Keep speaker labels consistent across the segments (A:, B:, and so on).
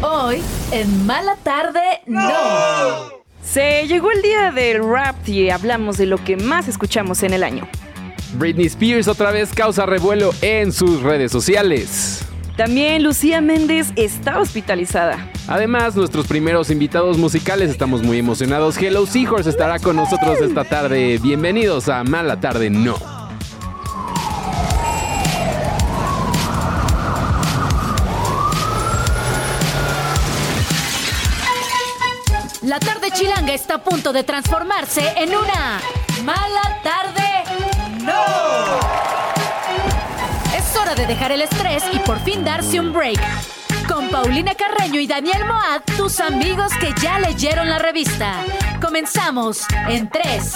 A: Hoy, en Mala Tarde, no.
B: Se llegó el día del rap y hablamos de lo que más escuchamos en el año.
C: Britney Spears otra vez causa revuelo en sus redes sociales.
B: También Lucía Méndez está hospitalizada.
C: Además, nuestros primeros invitados musicales estamos muy emocionados. Hello Seahorse estará con nosotros esta tarde. Bienvenidos a Mala Tarde No.
A: La tarde chilanga está a punto de transformarse en una Mala Tarde No. Es hora de dejar el estrés y por fin darse un break. Con Paulina Carreño y Daniel Moad, tus amigos que ya leyeron la revista. Comenzamos en 3,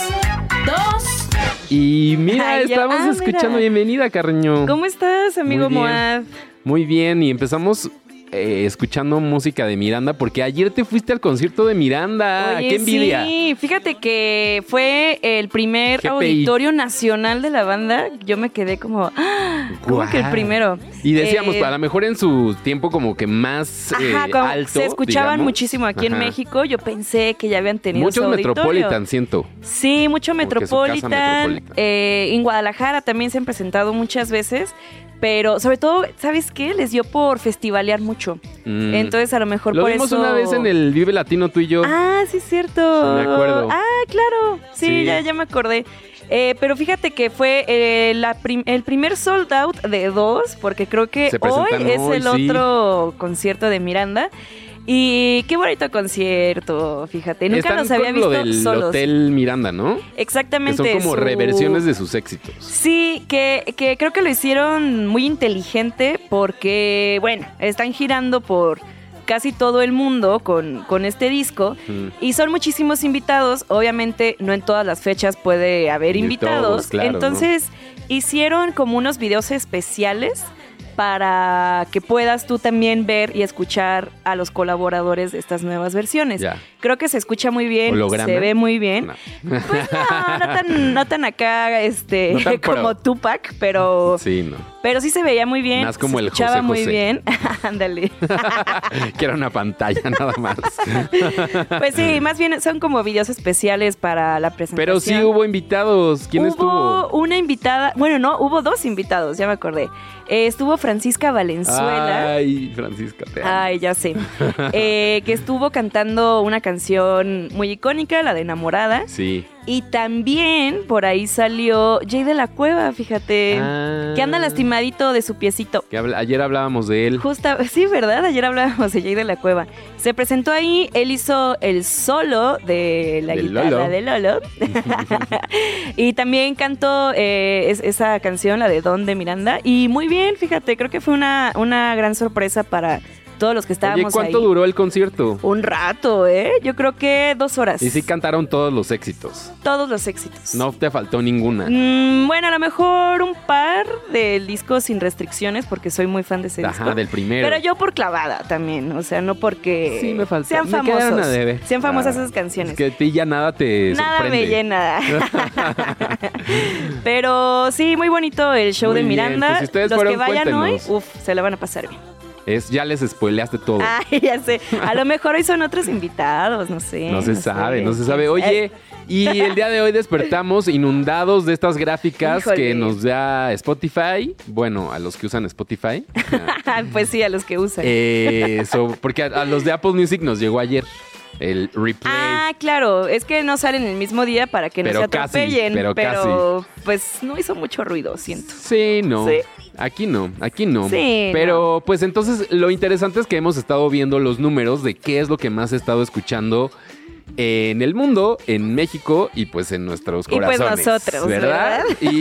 A: 2,
C: Y mira,
B: Ay, ya-
C: estamos
B: ah,
C: escuchando
B: mira.
C: Bienvenida, Carreño.
B: ¿Cómo estás, amigo
C: Muy bien.
B: Moad?
C: Muy bien, y empezamos eh, escuchando música de Miranda porque ayer te fuiste al concierto de Miranda.
B: Oye,
C: Ah, ¡Qué envidia!
B: Sí, fíjate que fue el primer
C: GPI.
B: auditorio nacional de la banda. Yo me quedé como, ¡Ah! ¿cómo que el
C: Guau.
B: primero?
C: Y decíamos,
B: Eh,
C: a lo mejor en su tiempo como que más eh,
B: Ajá, como
C: alto.
B: se escuchaban
C: digamos.
B: muchísimo aquí en
C: Ajá.
B: México. Yo pensé que ya habían tenido su
C: Muchos
B: auditorio.
C: Metropolitan, siento.
B: Sí, mucho
C: Porque su casa
B: Metropolitan.
C: Metropolitan.
B: eh, en Guadalajara también se han presentado muchas veces. Pero sobre todo, ¿sabes qué? Les dio por festivalear mucho.
C: Mm.
B: Entonces, a lo mejor
C: Lo
B: por
C: vimos
B: eso.
C: una vez en el Vive Latino tú y yo.
B: Ah, sí, es cierto.
C: Me acuerdo.
B: Ah, claro. Sí,
C: Sí.
B: Ya, ya me acordé. Eh, pero fíjate que fue eh, la prim- el primer sold out de dos, porque creo que
C: Se
B: hoy
C: presentan
B: es
C: hoy,
B: el
C: sí.
B: otro concierto de Miranda. Y qué bonito concierto, fíjate. Nunca
C: Están
B: los había
C: con lo
B: visto
C: del
B: solos.
C: Hotel Miranda, ¿no? Que
B: Exactamente.
C: son como
B: su-
C: reversiones de sus éxitos.
B: Sí, que, que creo que lo hicieron muy inteligente porque, bueno, están girando por casi todo el mundo con, con este disco.
C: Mm.
B: Y son muchísimos invitados, obviamente no en todas las fechas puede haber
C: Ni
B: invitados.
C: todos, claro,
B: Entonces hicieron como unos videos especiales para que puedas tú también ver y escuchar a los colaboradores de estas nuevas versiones.
C: Ya.
B: Creo que se escucha muy bien,
C: Holograma.
B: se ve muy bien.
C: No.
B: Pues no, no tan, no tan acá este,
C: No tan pro.
B: como Tupac, pero,
C: Sí, no.
B: pero sí se veía muy bien.
C: Más como
B: se
C: el
B: escuchaba
C: José
B: muy
C: José.
B: bien. Ándale.
C: que era una pantalla nada más.
B: Pues sí, más bien son como videos especiales para la presentación.
C: Pero sí hubo invitados. ¿Quién
B: hubo
C: estuvo?
B: una invitada, bueno, no, hubo dos invitados, ya me acordé. Eh, estuvo Francisca Valenzuela. Ay.
C: Ay, Francisca, te amo.
B: ya sé. Eh, que estuvo cantando una canción muy icónica, la de Enamorada.
C: Sí.
B: Y también por ahí salió Jay de la Cueva, fíjate.
C: Ah.
B: Eh, Que anda lastimadito de su piecito.
C: Que habla- ayer hablábamos de él.
B: Justa, sí, ¿verdad? Ayer hablábamos de Jay de la Cueva. Se presentó ahí, él hizo el solo de la
C: De
B: guitarra
C: Lolo.
B: de Lolo. y también cantó eh, es- esa canción, la de Don de Miranda. Y muy bien, fíjate, creo que fue una, una gran sorpresa para todos los que estábamos
C: Oye, ¿cuánto
B: ahí.
C: duró el concierto?
B: Un rato, ¿eh? Yo creo que dos horas.
C: Y sí cantaron todos los éxitos.
B: Todos los éxitos.
C: No te faltó ninguna.
B: Mm, bueno, a lo mejor un par del disco sin restricciones, porque soy muy fan de ese
C: Ajá,
B: disco.
C: del primero.
B: Pero yo por clavada también, o sea, no porque
C: Sí, me faltó.
B: Eh, sean
C: Me
B: famosos.
C: quedaron a deber.
B: Sean famosas
C: Ah,
B: esas canciones.
C: Es que a ti ya nada te
B: Nada me
C: sorprende.
B: llena. Pero sí, muy bonito el show
C: Muy
B: de
C: bien,
B: Miranda.
C: pues si ustedes
B: Los que
C: fueron,
B: vayan
C: cuéntenos.
B: hoy, uff, se la van a pasar bien.
C: Es, ya les spoileaste todo.
B: Ay, ya sé. A lo mejor hoy son otros invitados, no sé.
C: No se sabe,
B: sé.
C: no se sabe. Oye, y el día de hoy despertamos inundados de estas gráficas
B: Híjole.
C: que nos da Spotify. Bueno, a los que usan Spotify.
B: pues sí, a los que usan.
C: Eh, so- porque a, a los de Apple Music nos llegó ayer el replay.
B: Ah, claro, es que no salen el mismo día para que
C: Pero
B: no se
C: casi,
B: atropellen,
C: pero
B: pero, pues no hizo mucho ruido, siento.
C: Sí, no.
B: Sí.
C: Aquí no, aquí no.
B: Sí,
C: Pero pues entonces lo interesante es que hemos estado viendo los números de qué es lo que más he estado escuchando en el mundo, en México y pues en nuestros
B: Y, pues,
C: corazones.
B: nosotros,
C: ¿verdad? Y,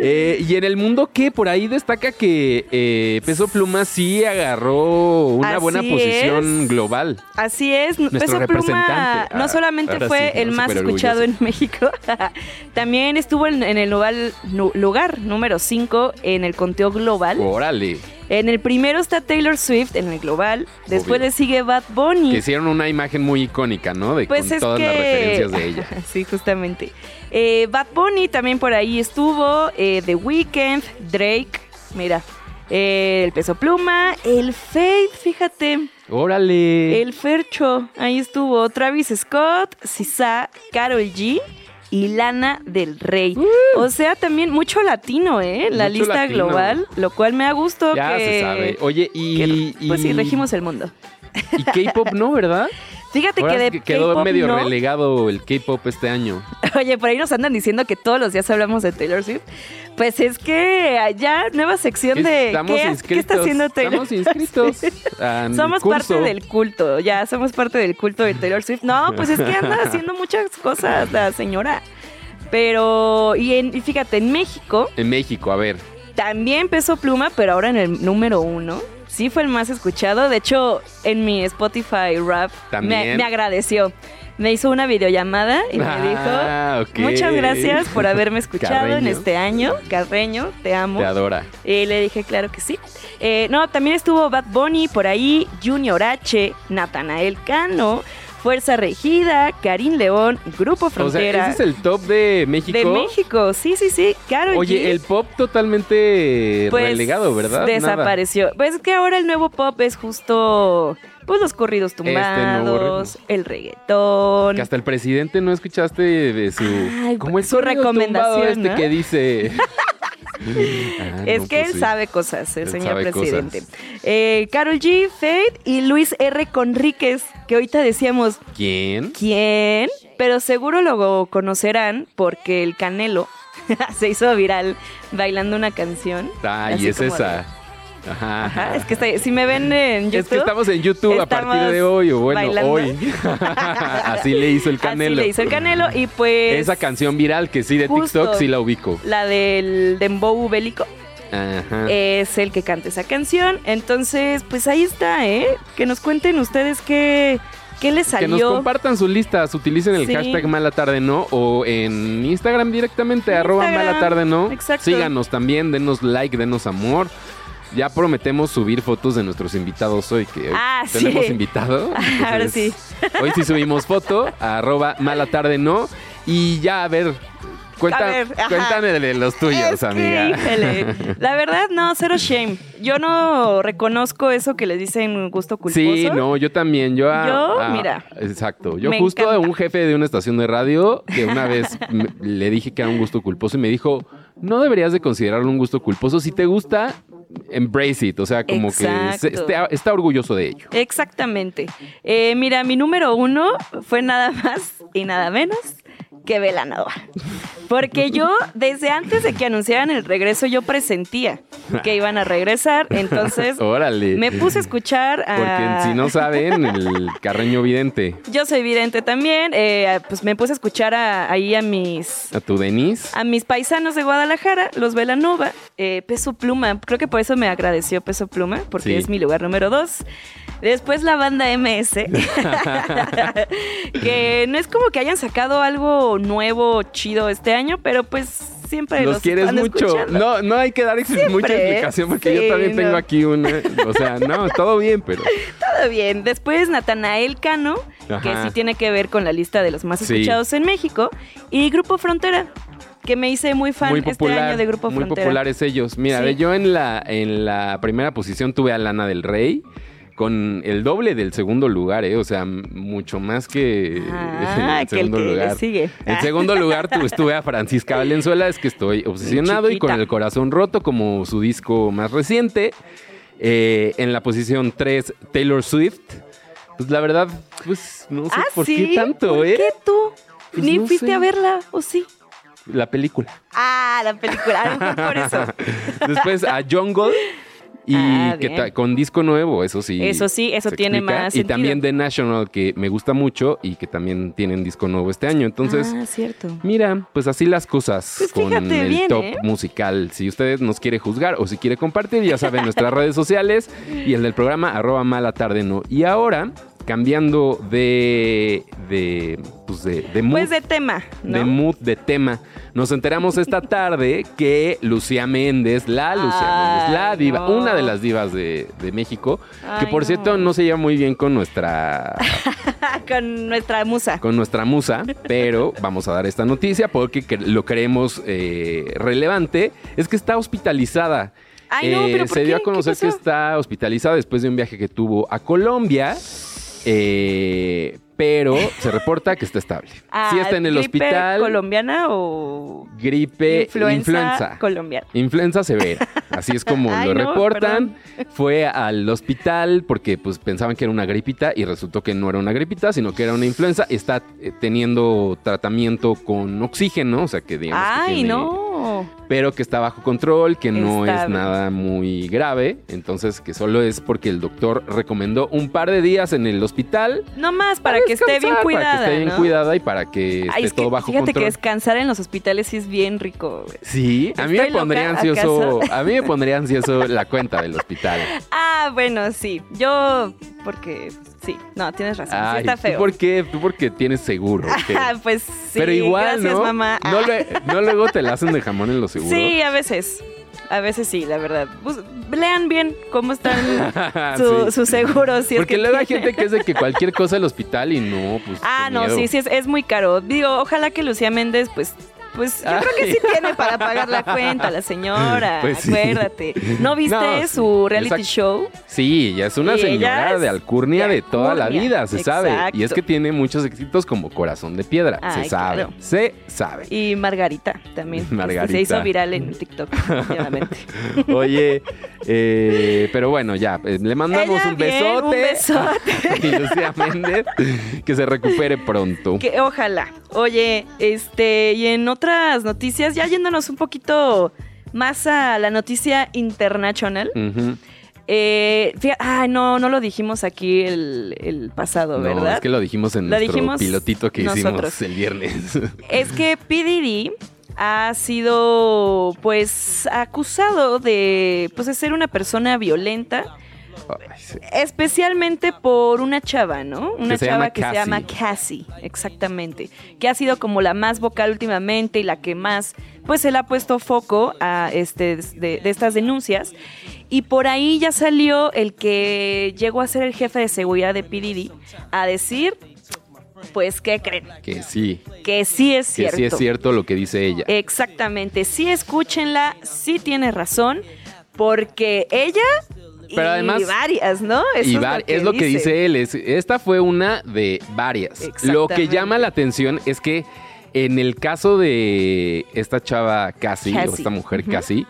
C: eh, y en el mundo que por ahí destaca que eh, Peso Pluma sí agarró una
B: Así
C: buena posición
B: es.
C: global.
B: Así es,
C: Nuestro
B: Peso Pluma
C: representante. Ah,
B: no solamente
C: ahora
B: fue
C: sí,
B: el más
C: súper
B: escuchado en México, también estuvo en, en el lugar, nu- lugar número 5 en el conteo global.
C: Órale,
B: En el primero está Taylor Swift en el global, después
C: Obvio.
B: le sigue Bad
C: que
B: Bunny.
C: hicieron una imagen muy icónica, ¿no? De
B: Pues
C: con
B: es
C: todas las
B: que-
C: referencias de ella.
B: Sí, justamente. Eh, Bad Bunny también por ahí estuvo. eh, The Weeknd, Drake, mira. eh, el peso pluma, el Faith, fíjate.
C: Órale.
B: El Fercho, ahí estuvo Travis Scott, Sisa, Carol G y Lana del Rey. O sea, también mucho latino, ¿eh? La
C: Uh. Mucho
B: lista
C: latino.
B: global, lo cual me da gusto
C: ya
B: que...
C: se sabe. Oye, y.
B: que- pues sí,
C: y-
B: regimos el mundo.
C: Y K-pop no, ¿verdad?
B: Fíjate
C: Ahora
B: que de
C: sí que quedó
B: K-pop
C: medio
B: no.
C: relegado el K-pop este año.
B: Oye, por ahí nos andan diciendo que todos los días hablamos de Taylor Swift. Pues es que allá, nueva sección de
C: Estamos
B: ¿qué,
C: inscritos.
B: qué está haciendo Taylor
C: Estamos inscritos. al
B: Somos
C: curso.
B: parte del culto, ya somos parte del culto de Taylor Swift. No, pues es que anda haciendo muchas cosas la señora. Pero, y, en- y fíjate, en México
C: En México, a ver.
B: también peso pluma, pero ahora en el número uno. Sí fue el más escuchado. De hecho, en mi Spotify rap me,
C: También.
B: me agradeció. Me hizo una videollamada y me
C: Ah,
B: dijo,
C: ok.
B: muchas gracias por haberme escuchado en
C: Carreño.
B: este año. Carreño, te amo.
C: Te adora.
B: Y le dije, claro que sí. Eh, no, también estuvo Bad Bunny por ahí, Junior H, Natanael Cano, Fuerza Regida, Karim León, Grupo Frontera.
C: O sea, ese es el top de México.
B: de México, sí, sí, sí. Karol G,
C: Oye, el pop totalmente
B: pues,
C: relegado, ¿verdad? Nada.
B: Desapareció. Pues es que ahora el nuevo pop es justo pues los corridos
C: Este nuevo
B: tumbados, el reggaetón.
C: Que hasta el presidente no escuchaste de su.
B: Ay,
C: ¿Cómo es
B: su
C: corrido
B: recomendación,
C: tumbado este
B: ¿no?
C: que dice? Ah,
B: Es
C: no,
B: que
C: pues
B: él
C: sí.
B: sabe cosas, el
C: Él
B: señor
C: sabe
B: presidente. Eh, Carol G, Fade y Luis R. Conríquez, que ahorita decíamos,
C: ¿Quién?
B: ¿quién? Pero seguro lo conocerán porque el Canelo se hizo viral bailando una canción. Así
C: Ay, Ah, es
B: como de-
C: esa. Ajá.
B: Ajá, es que está- si me ven en YouTube...
C: Es que estamos en YouTube a partir
B: estamos
C: de hoy, o bueno,
B: bailando.
C: hoy. Así le hizo el Canelo.
B: Así le hizo el Canelo y pues...
C: Esa canción viral que sí de
B: Justo.
C: TikTok sí la ubico.
B: La del dembow bélico
C: Ajá.
B: es el que canta esa canción. Entonces, pues ahí está, ¿eh? Que nos cuenten ustedes qué, qué les
C: que nos
B: salió.
C: compartan sus listas, utilicen el
B: Sí.
C: hashtag mala tarde no o en Instagram directamente, arroba
B: Instagram,
C: mala tarde no.
B: exacto.
C: Síganos también, denos like, denos amor. Ya prometemos subir fotos de nuestros invitados hoy, que hoy
B: Ah, sí.
C: tenemos invitado.
B: Ahora
C: entonces, Hoy sí subimos foto, arroba mala tarde no. Y ya, a ver, cuenta,
B: A ver, ajá.
C: cuéntame de los tuyos,
B: Es que,
C: amiga.
B: híjole, La verdad, no, cero shame. Yo no reconozco eso que les dicen gusto culposo.
C: Sí, no, yo también. Yo, a-
B: Yo,
C: a-
B: mira,
C: Exacto. Yo
B: me
C: justo a
B: encanta.
C: un jefe de una estación de radio que una vez me- le dije que era un gusto culposo y me dijo, no deberías de considerarlo un gusto culposo. Si te gusta, embrace it. O sea, como que se-
B: Exacto.
C: esté- está orgulloso de ello.
B: Exactamente. Eh, mira, mi número uno fue nada más y nada menos que Belanova. Porque yo, desde antes de que anunciaran el regreso, yo presentía que iban a regresar. Entonces,
C: Órale.
B: me puse a escuchar a...
C: Porque si no saben, el carreño vidente.
B: Yo soy vidente también. eh, pues me puse a escuchar a- ahí a mis...
C: A tu Denis.
B: A mis paisanos de Guadalajara, los Velanova, eh, Peso Pluma, creo que por eso me agradeció Peso Pluma, porque
C: Sí.
B: es mi lugar número dos. Después la banda MS, que no es como que hayan sacado algo nuevo, chido este año, pero pues siempre los,
C: Los quieres
B: están
C: mucho.
B: escuchando.
C: No, no hay que dar ex- mucha explicación porque
B: Sí,
C: yo también tengo
B: no.
C: aquí una. O sea, no, todo bien, pero.
B: Todo bien. Después Natanael Cano, que
C: Ajá.
B: sí tiene que ver con la lista de los más
C: Sí.
B: escuchados en México, y Grupo Frontera, que me hice muy fan
C: muy popular,
B: este año de Grupo
C: muy
B: Frontera.
C: populares ellos. Mira,
B: Sí.
C: ve, yo en la en la primera posición tuve a Lana del Rey con el doble del segundo lugar, ¿eh? o sea, m- mucho más que
B: Ah,
C: el
B: que el
C: eh, segundo
B: que le
C: lugar.
B: sigue.
C: En segundo lugar tu- estuve a Francisca Valenzuela, es que estoy obsesionado y con
B: chiquita.
C: el corazón roto como su disco más reciente. Eh, en la posición 3, Taylor Swift. Pues la verdad, pues no sé
B: ah,
C: por
B: sí.
C: qué tanto,
B: ¿Por
C: ¿eh?
B: qué tú?
C: Pues
B: Ni
C: no
B: fuiste
C: sé.
B: a verla, ¿o sí?
C: La película.
B: Ah, la película. A lo mejor por eso.
C: Después a Jungle. Y
B: Ah,
C: que
B: bien.
C: ta- con disco nuevo, eso sí.
B: Eso sí, eso
C: se
B: tiene
C: explica.
B: más
C: Y
B: sentido.
C: también The National, que me gusta mucho y que también tienen disco nuevo este año. Entonces,
B: ah, cierto.
C: mira, pues así las cosas
B: Pues
C: con
B: fíjate
C: el
B: bien,
C: top
B: ¿eh?
C: musical. Si ustedes nos quiere juzgar o si quiere compartir, ya saben nuestras redes sociales y el del programa arroba mala tarde no. Y ahora, cambiando de, de, pues de, de mood,
B: Pues de tema, ¿no?
C: de mood, de tema. Nos enteramos esta tarde que Lucía Méndez, la Lucía
B: Ay,
C: Méndez, la diva,
B: no.
C: una de las divas de, de México,
B: Ay,
C: que por
B: no.
C: cierto no se lleva muy bien con nuestra,
B: Con nuestra musa.
C: con nuestra musa, pero vamos a dar esta noticia porque cre- lo creemos eh, relevante, es que está hospitalizada.
B: Ay, no, pero
C: Eh,
B: ¿por
C: se dio
B: qué?
C: a conocer
B: ¿Qué
C: que
B: pasó?
C: está hospitalizada después de un viaje que tuvo a Colombia, eh, pero se reporta que está estable. sí
B: Ah,
C: está en el
B: ¿gripe
C: hospital.
B: colombiana o
C: gripe,
B: influenza,
C: influenza.
B: colombiana?
C: Influenza severa, así es como
B: Ay,
C: lo
B: no,
C: reportan. Fue al hospital porque pues pensaban que era una gripita y resultó que no era una gripita, sino que era una influenza. Está eh, teniendo tratamiento con oxígeno, o sea que digamos que
B: Ay,
C: tiene-
B: no.
C: pero que está bajo control, que no es
B: Estable.
C: nada muy grave, entonces que solo es porque el doctor recomendó un par de días en el hospital
B: No más, para
C: a
B: que esté bien
C: descansar,
B: cuidada.
C: para que esté bien
B: ¿no?
C: cuidada y para que esté
B: Ay, es que
C: todo bajo
B: fíjate
C: control.
B: que descansar en los hospitales sí es bien rico. güey.
C: Sí, a mí
B: ¿Estoy
C: me pondría
B: loca,
C: ansioso, a mí me pondría ansioso la cuenta del hospital.
B: Ah, bueno, sí. Yo, porque sí, no, tienes razón. sí
C: Ay,
B: está
C: ¿tú
B: feo.
C: por qué? Tú porque tienes seguro. ¿ok?
B: Ah, pues sí.
C: Pero igual,
B: gracias,
C: ¿no?
B: mamá.
C: No,
B: Ah,
C: lue- no luego te la hacen de jamón en los seguros.
B: sí, a veces. A veces sí, la verdad. Pues, lean bien cómo están su,
C: Ah, Sí.
B: su seguro. Si es
C: Porque
B: que
C: luego hay
B: tienen.
C: gente que es de que cualquier cosa el hospital y no, pues.
B: Ah,
C: qué
B: no,
C: miedo.
B: sí, sí, es, es muy caro. Digo, ojalá que Lucía Méndez, pues, pues yo creo que sí tiene para pagar la cuenta, la señora.
C: Ah, Pues sí.
B: acuérdate. ¿No viste
C: No,
B: su reality
C: exacto.
B: show?
C: Sí, ella es una
B: Y ella
C: señora
B: es
C: de alcurnia
B: de
C: de toda la
B: alcurnia,
C: vida, se sabe. Y es
B: exacto.
C: que tiene muchos éxitos como Corazón de Piedra,
B: Ay,
C: se sabe,
B: claro.
C: se sabe.
B: Y Margarita también. que
C: Margarita.
B: Se hizo viral en TikTok, obviamente.
C: Oye, eh, pero bueno, ya, eh, le mandamos
B: Ella
C: un
B: bien,
C: besote.
B: un besote.
C: Y Lucía Méndez, que se recupere pronto.
B: Que ojalá. Oye, este, y en otras noticias, ya yéndonos un poquito más a la noticia internacional.
C: Ujú.
B: Eh, fija- ah, no, no lo dijimos aquí el, el pasado,
C: No,
B: ¿verdad?
C: es que lo dijimos en
B: Lo
C: nuestro
B: dijimos
C: pilotito que hicimos
B: nosotros.
C: el viernes.
B: Es que P. Diddy ha sido, pues, acusado de, pues, de ser una persona violenta,
C: Ay, sí.
B: especialmente por una chava, ¿no? Una
C: Que se
B: chava
C: llama
B: que
C: Cassie.
B: se llama Cassie, exactamente, que ha sido como la más vocal últimamente y la que más, pues, se le ha puesto foco a este de, de estas denuncias. Y por ahí ya salió el que llegó a ser el jefe de seguridad de P. Diddy a decir, pues, ¿qué creen?
C: Que sí,
B: Que sí es
C: que
B: cierto.
C: sí es cierto lo que dice ella.
B: Exactamente, sí escúchenla, sí tiene razón, porque ella
C: Pero
B: y
C: además-
B: varias, ¿no? Eso
C: y var- es lo que dice él. es- esta fue una de varias. Lo que
B: Exactamente.
C: llama la atención es que en el caso de esta chava casi, o
B: Cassie.
C: esta mujer
B: Ujú.
C: casi,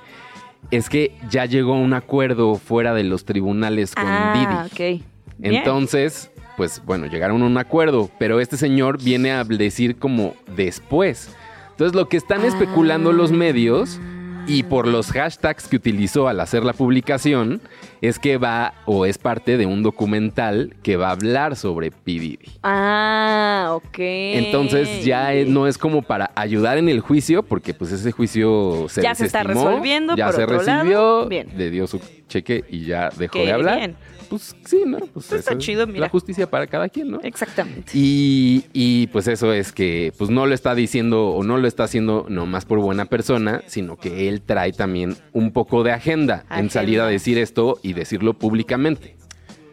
C: es que ya llegó a un acuerdo fuera de los tribunales con
B: Ah,
C: Didi.
B: ok. Bien.
C: Entonces, pues bueno, llegaron a un acuerdo, pero este señor viene a decir como después. Entonces, lo que están especulando
B: Ah.
C: los medios y por los hashtags que utilizó al hacer la publicación es que va o es parte de un documental que va a hablar sobre P. Diddy.
B: Ah, ok.
C: Entonces ya es- no es como para ayudar en el juicio, porque pues ese juicio se
B: Ya se está
C: desestimó,
B: resolviendo,
C: ya
B: por
C: se
B: otro lado,
C: recibió,
B: bien.
C: le dio su cheque y ya dejó
B: Qué
C: de hablar.
B: bien.
C: Pues sí, ¿no? Pues
B: Pues está
C: eso es
B: chido, mira.
C: La justicia para cada quien, ¿no?
B: Exactamente.
C: Y, y, pues eso es que pues no lo está diciendo o no lo está haciendo nomás por buena persona, sino que él trae también un poco de agenda, en
B: Agenda.
C: salir a decir esto y decirlo públicamente.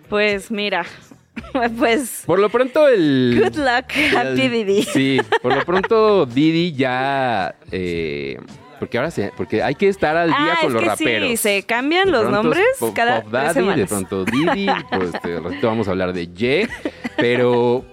B: Pues mira, pues
C: Por lo pronto el...
B: good luck, happy
C: el-
B: Didi.
C: Sí, por lo pronto Didi ya... eh, porque ahora sí, porque hay que estar al día
B: ah,
C: con
B: es
C: los
B: que
C: raperos.
B: sí, se cambian
C: De
B: los
C: pronto
B: nombres
C: es Pop-
B: cada tres
C: Pop Daddy, de
B: semanas.
C: pronto Didi, pues este, al ratito vamos a hablar de Ye, pero,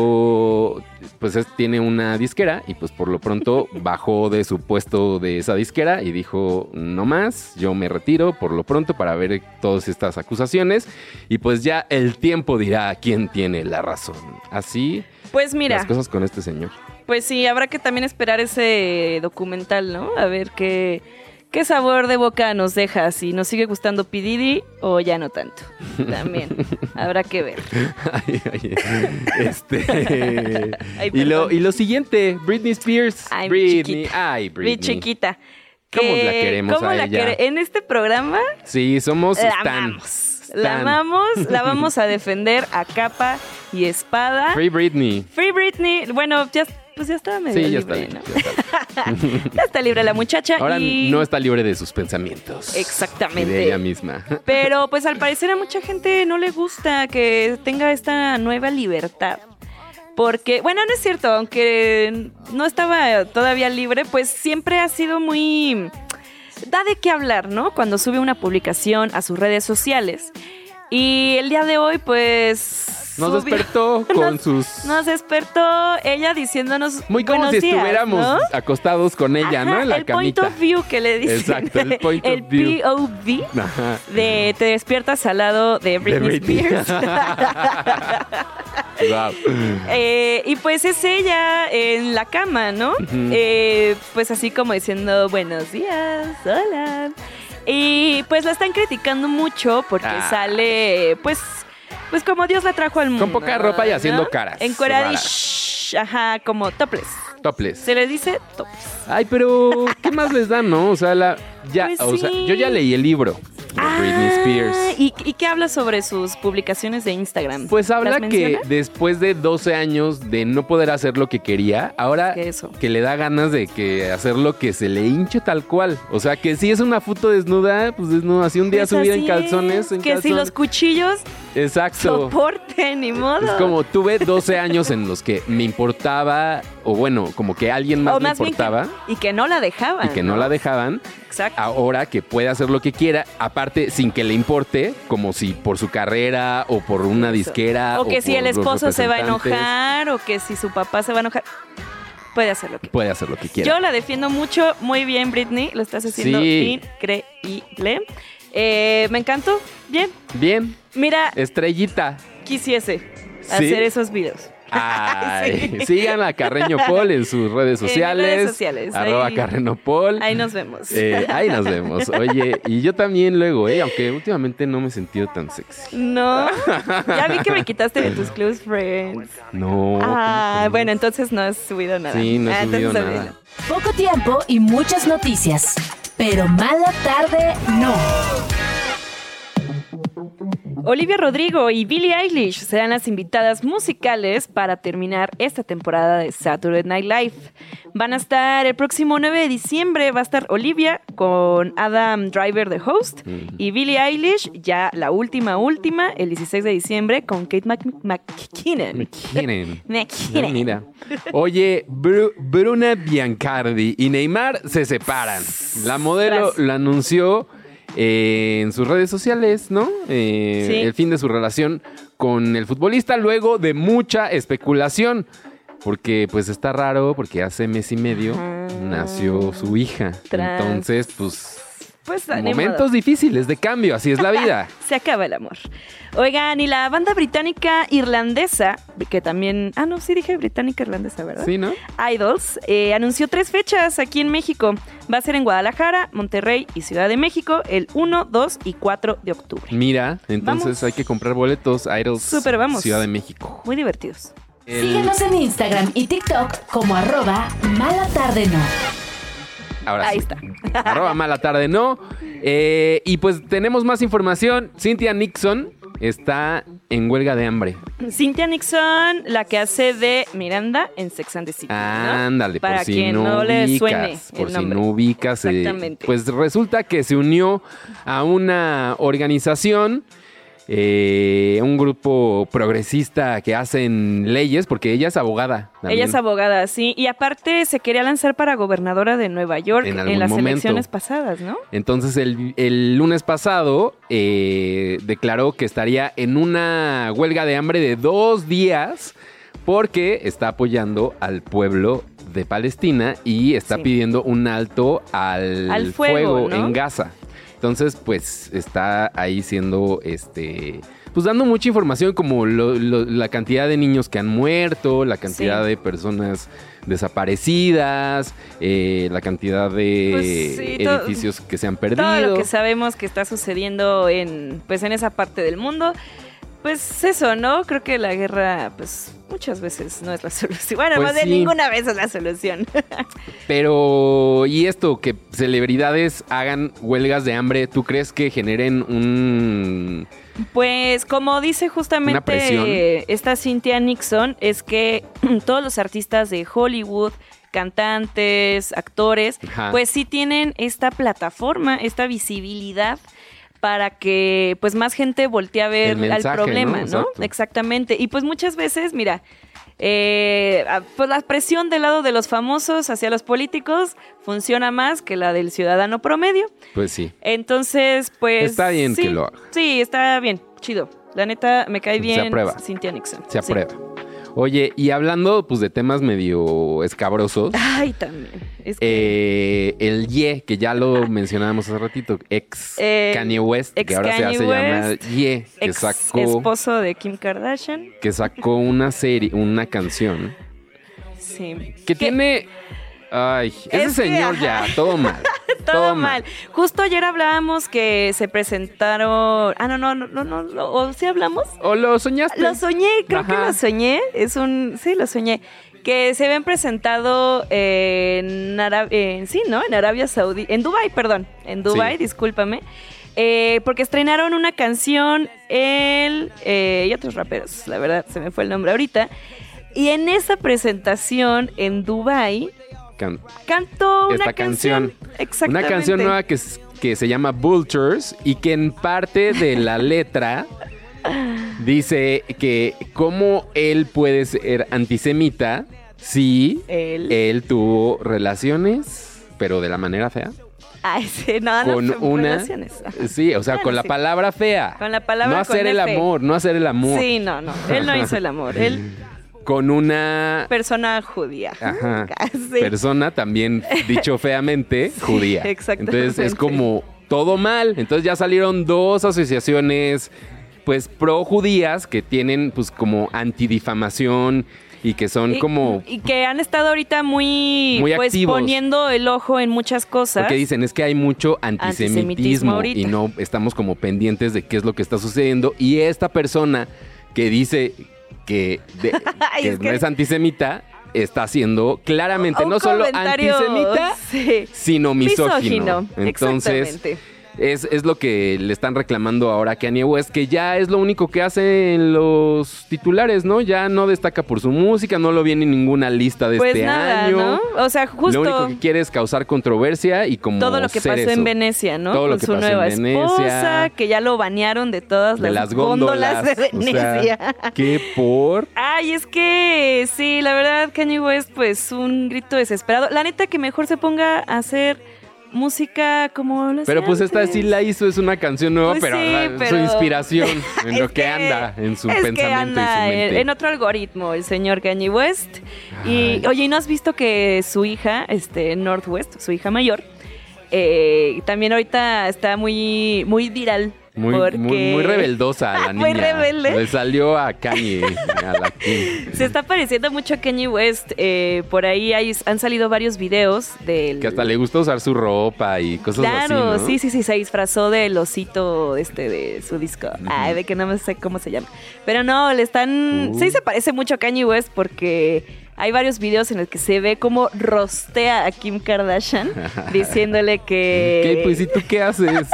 C: pero, pues es- tiene una disquera y pues por lo pronto bajó de su puesto de esa disquera y dijo, no más, yo me retiro por lo pronto para ver todas estas acusaciones y pues ya el tiempo dirá quién tiene la razón. Así
B: Pues mira,
C: las cosas con este señor.
B: Pues sí, habrá que también esperar ese documental, ¿no? A ver qué, qué sabor de boca nos deja, si nos sigue gustando Pididi o ya no tanto. También habrá que ver.
C: Ay, ay, este,
B: Ay,
C: y, lo,
B: perdón.
C: y lo siguiente, Britney Spears.
B: Ay, mi
C: Britney.
B: chiquita.
C: Ay,
B: Mi
C: Britney.
B: chiquita.
C: ¿Cómo
B: que-
C: la queremos
B: cómo
C: a
B: la
C: ella?
B: quere- En este programa
C: Sí, somos
B: la
C: Stan.
B: amamos. La
C: Stan.
B: amamos, la vamos a defender a capa y espada. Free,
C: Free Britney.
B: Britney. Bueno, ya, pues ya estaba medio
C: Sí, ya está,
B: libre,
C: bien,
B: ¿no?
C: ya está bien.
B: Ya está libre la muchacha
C: Ahora
B: y...
C: no está libre de sus pensamientos.
B: Exactamente.
C: Y de ella misma.
B: Pero pues al parecer a mucha gente no le gusta que tenga esta nueva libertad. Porque, bueno, no es cierto, aunque no estaba todavía libre, pues siempre ha sido muy da de qué hablar, ¿no? Cuando sube una publicación a sus redes sociales. Y el día de hoy, pues.
C: Nos
B: subió-
C: despertó con
B: nos-
C: sus.
B: Nos despertó ella diciéndonos.
C: muy como
B: buenos
C: si
B: días",
C: estuviéramos
B: ¿no?
C: acostados con ella, ¿no?
B: Ajá,
C: En la
B: el
C: camita.
B: point of view que le dicen.
C: Exacto, el point of
B: El
C: view.
B: POV
C: Ajá.
B: de te despiertas al lado de Britney,
C: De Britney.
B: Spears.
C: Guau.
B: Eh, y pues es ella en la cama, ¿no? Eh, pues así como diciendo buenos días, hola. Y pues la están criticando mucho porque
C: Ah.
B: sale, pues, pues como Dios la trajo al mundo.
C: poca ropa y haciendo caras
B: Encuerada y
C: raras.
B: shh, ajá, como topless.
C: Topless.
B: Se les dice topless.
C: Ay, pero ¿qué más les dan, no? O sea, la, ya,
B: Pues
C: o sea,
B: sí.
C: yo ya leí el libro de Britney
B: Ah,
C: Spears.
B: ¿Y, y qué habla sobre sus publicaciones de Instagram?
C: Pues habla
B: ¿Las
C: que
B: menciona?
C: después de 12 años de no poder hacer lo que quería, ahora
B: Que eso.
C: que le da ganas de que hacer lo que se le hinche tal cual. O sea, que si es una foto desnuda, pues desnuda. Si un día
B: Pues
C: subir en
B: así
C: calzones,
B: es,
C: en
B: que si los
C: calzones.
B: cuchillos
C: Exacto.
B: soporten, ni modo.
C: Es como tuve 12 años en los que me importaba, o bueno, como que alguien más,
B: O
C: me
B: más bien que-
C: importaba
B: y que no la dejaban.
C: y que no la dejaban.
B: Exacto.
C: Ahora que puede hacer lo que quiera, aparte sin que le importe, como si por su carrera o por una disquera.
B: o que si
C: por
B: el
C: los
B: esposo se va a
C: representantes,
B: enojar, o que si su papá se va a enojar. Puede hacer lo que
C: Puede hacer lo que quiera.
B: Yo la defiendo mucho, muy bien, Britney. Lo estás haciendo
C: Sí.
B: increíble. Eh, me encantó. Bien.
C: Bien,
B: Mira,
C: estrellita.
B: quisiese
C: Eh, Sí.
B: hacer esos videos.
C: Ay, Sigan a Carreño Paul en sus
B: En mis
C: redes
B: redes
C: sociales.
B: sociales,
C: Arroba
B: ahí-
C: Carreño Paul.
B: Ahí nos vemos.
C: Eh, ahí nos vemos. Oye, y yo también luego, ¿eh? Aunque últimamente no me he sentido tan sexy.
B: No, ya vi que me quitaste de tus close friends.
C: No.
B: Ah,
C: ¿cómo
B: bueno, entonces no has subido nada.
C: Sí, no he
B: Ah, entonces
C: subido
B: olvídalo.
C: nada.
A: Poco tiempo y muchas noticias. Pero mala tarde no.
B: Olivia Rodrigo y Billie Eilish serán las invitadas musicales para terminar esta temporada de Saturday Night Live. Van a estar el próximo 9 de diciembre, va a estar Olivia con Adam Driver de host y Billie Eilish ya la última última el 16 de diciembre con Kate Mc-
C: Me
B: McKinnon.
C: quieren. Ah,
B: McKinnon.
C: Mira. Oye, Bru- Bruna Biancardi y Neymar se separan. La modelo
B: Tras.
C: lo anunció eh, en sus redes sociales, ¿no? Eh,
B: Sí.
C: El fin de su relación con el futbolista luego de mucha especulación. Porque pues está raro, porque hace mes y medio
B: Ajá.
C: nació su hija.
B: Tras.
C: Entonces, pues
B: Pues ni modo.
C: momentos difíciles de cambio, así es la vida.
B: Se acaba el amor. Oigan, y la banda británica irlandesa, que también. Ah, no, sí dije británica irlandesa, ¿verdad?
C: ¿Sí, no?
B: Idols eh, anunció tres fechas aquí en México. Va a ser en Guadalajara, Monterrey y Ciudad de México el 1, 2 y 4 de octubre.
C: Mira, entonces
B: Vamos.
C: hay que comprar boletos a Idols
B: Súper, vamos.
C: Ciudad de México.
B: Muy divertidos.
C: El-
A: Síguenos en Instagram y TikTok como arroba mala tarde no.
C: Ahora
B: Ahí
C: sí.
B: está.
C: Arroba mala tarde, no. Eh, y pues tenemos más información. Cynthia Nixon está en huelga de hambre.
B: Cynthia Nixon, la que hace de Miranda en Sex and the City. ¿no?
C: Ándale,
B: Para
C: por si
B: que
C: no,
B: no le
C: ubicas,
B: suene
C: por
B: el
C: si
B: nombre.
C: no ubicas, eh,
B: Exactamente.
C: pues resulta que se unió a una organización, eh, un grupo progresista que hacen leyes, porque ella es abogada.
B: Ella
C: también.
B: es abogada, sí. Y aparte se quería lanzar para gobernadora de Nueva York
C: En
B: en,
C: algún
B: las
C: momento.
B: elecciones pasadas, ¿no?
C: Entonces el, el lunes pasado eh, declaró que estaría en una huelga de hambre de dos días porque está apoyando al pueblo de Palestina y está
B: Sí.
C: pidiendo un alto al,
B: Al fuego, ¿no?
C: en Gaza. Entonces, pues está ahí siendo este. Pues dando mucha información como lo- lo- la cantidad de niños que han muerto, la cantidad
B: Sí.
C: de personas desaparecidas, eh, la cantidad de
B: Pues sí,
C: eh,
B: todo-
C: edificios que se han
B: Todo lo
C: perdido.
B: que sabemos que está sucediendo en, pues, en esa parte del mundo. Pues eso, ¿no? Creo que la guerra, pues muchas veces no es la solución. Bueno,
C: Pues
B: más de
C: sí.
B: ninguna vez es la solución.
C: Pero, ¿y esto? Que celebridades hagan huelgas de hambre, ¿tú crees que generen un...
B: Pues como dice
C: Una presión.
B: justamente esta Cynthia Nixon, es que todos los artistas de Hollywood, cantantes, actores,
C: Ajá.
B: pues sí tienen esta plataforma, esta visibilidad para que pues más gente voltee a ver
C: El mensaje,
B: al problema,
C: ¿no?
B: ¿no?
C: Exacto.
B: Exactamente. Y pues muchas veces, mira, eh, a- pues la presión del lado de los famosos hacia los políticos funciona más que la del ciudadano promedio.
C: Pues sí.
B: Entonces, pues.
C: Está bien
B: sí,
C: que lo haga.
B: Sí, está bien, chido. La neta, me cae
C: Se
B: bien
C: aprueba.
B: Cynthia Nixon.
C: Se
B: Sí.
C: aprueba. Oye, y hablando pues de temas medio escabrosos,
B: Ay, también. Es que
C: eh, el Ye, que ya lo mencionábamos hace ratito, ex
B: Eh,
C: Kanye West, que
B: ex
C: ahora se
B: Kanye
C: hace llamar
B: West,
C: Ye, que
B: ex
C: sacó,
B: esposo de Kim Kardashian.
C: que sacó una serie, una canción
B: Sí.
C: que tiene. Ay, ese
B: Es que,
C: señor ya, todo mal.
B: Todo mal. Justo ayer hablábamos que se presentaron. Ah, no, no, no, no, no. no, ¿O sí hablamos?
C: ¿O lo soñaste?
B: Lo soñé, creo que
C: Ajá.
B: lo soñé. Es un. Sí, lo soñé. Que se habían presentado en Arabia. Sí, ¿no? En Arabia Saudí. En Dubai, perdón. En Dubai,
C: Sí.
B: discúlpame. Eh, porque estrenaron una canción él eh, y otros raperos, la verdad, se me fue el nombre ahorita. Y en esa presentación en Dubai
C: Can-
B: cantó una
C: Esta canción.
B: canción.
C: Una
B: Exactamente.
C: canción nueva que, s- que se llama Vultures y que en parte de la letra dice que cómo él puede ser antisemita si
B: Él.
C: él tuvo relaciones, pero de la manera fea.
B: Ay, sí, Ah, no, no,
C: con
B: son
C: una-
B: relaciones. Ajá.
C: Sí, o sea,
B: Bueno,
C: con la
B: sí.
C: palabra fea.
B: Con la palabra
C: No
B: con
C: hacer el
B: F.
C: amor, no hacer el amor.
B: Sí, no, no. Él no hizo el amor. Él,
C: Con una
B: persona judía. Ah,
C: Ajá.
B: Casi.
C: persona también, dicho feamente, judía.
B: exactamente.
C: Entonces es como todo mal. Entonces ya salieron dos asociaciones, pues pro judías, que tienen pues como antidifamación y que son
B: Y-
C: como...
B: Y que han estado ahorita muy,
C: Muy
B: pues,
C: activos.
B: poniendo el ojo en muchas cosas.
C: Porque dicen, es que hay mucho
B: Antisemitismo
C: antisemitismo,
B: ahorita.
C: y no estamos como pendientes de qué es lo que está sucediendo. Y esta persona que dice que, de-
B: Ay,
C: que
B: es
C: no
B: que-
C: es antisemita, está siendo claramente
B: Un
C: no solo
B: comentario,
C: antisemita,
B: sí.
C: sino misógino. Entonces, este
B: exactamente.
C: es, es lo que le están reclamando ahora a Kanye West, que ya es lo único que hace en los titulares, ¿no? Ya no destaca por su música, no lo viene en ninguna lista de
B: Pues
C: este
B: nada,
C: año.
B: ¿no? O sea, justo
C: Lo único que quiere es causar controversia y como
B: todo lo que
C: ser
B: pasó
C: eso.
B: en Venecia, ¿no?
C: Todo lo
B: Con
C: que
B: su
C: pasó en
B: nueva
C: Venecia.
B: esposa, que ya lo banearon de todas
C: De
B: las,
C: las góndolas,
B: de
C: o sea,
B: Venecia.
C: que por
B: Ay, es que sí, la verdad, Kanye West, pues un grito desesperado. La neta que mejor se ponga a hacer música como lo
C: pero
B: hacía
C: pues esta
B: antes.
C: sí la hizo, es una canción nueva,
B: Pues
C: pero,
B: sí,
C: ah, su
B: pero-
C: inspiración en
B: Es
C: lo que, anda, en su
B: es que
C: pensamiento
B: anda
C: y su
B: en-
C: mente.
B: En otro algoritmo, el señor Kanye West.
C: Ay.
B: Y, oye, ¿y no has visto que su hija, este, Northwest, su hija mayor, eh, también ahorita está muy, muy viral?
C: Muy,
B: porque
C: muy, muy rebeldosa la niña.
B: Muy rebelde.
C: Le salió a Kanye, a la Kim.
B: Se está pareciendo mucho a Kanye West. eh, por ahí hay- han salido varios videos del.
C: Que hasta le gusta usar su ropa y cosas así,
B: Claro,
C: ¿no?
B: sí, sí, sí, se disfrazó del osito este de su disco. Ay, de que no me sé cómo se llama. Pero no, le están.
C: Uh.
B: Sí, se parece mucho a Kanye West porque hay varios videos en los que se ve cómo rostea a Kim Kardashian diciéndole
C: ¿Qué, pues, ¿y
B: que.
C: tú qué haces?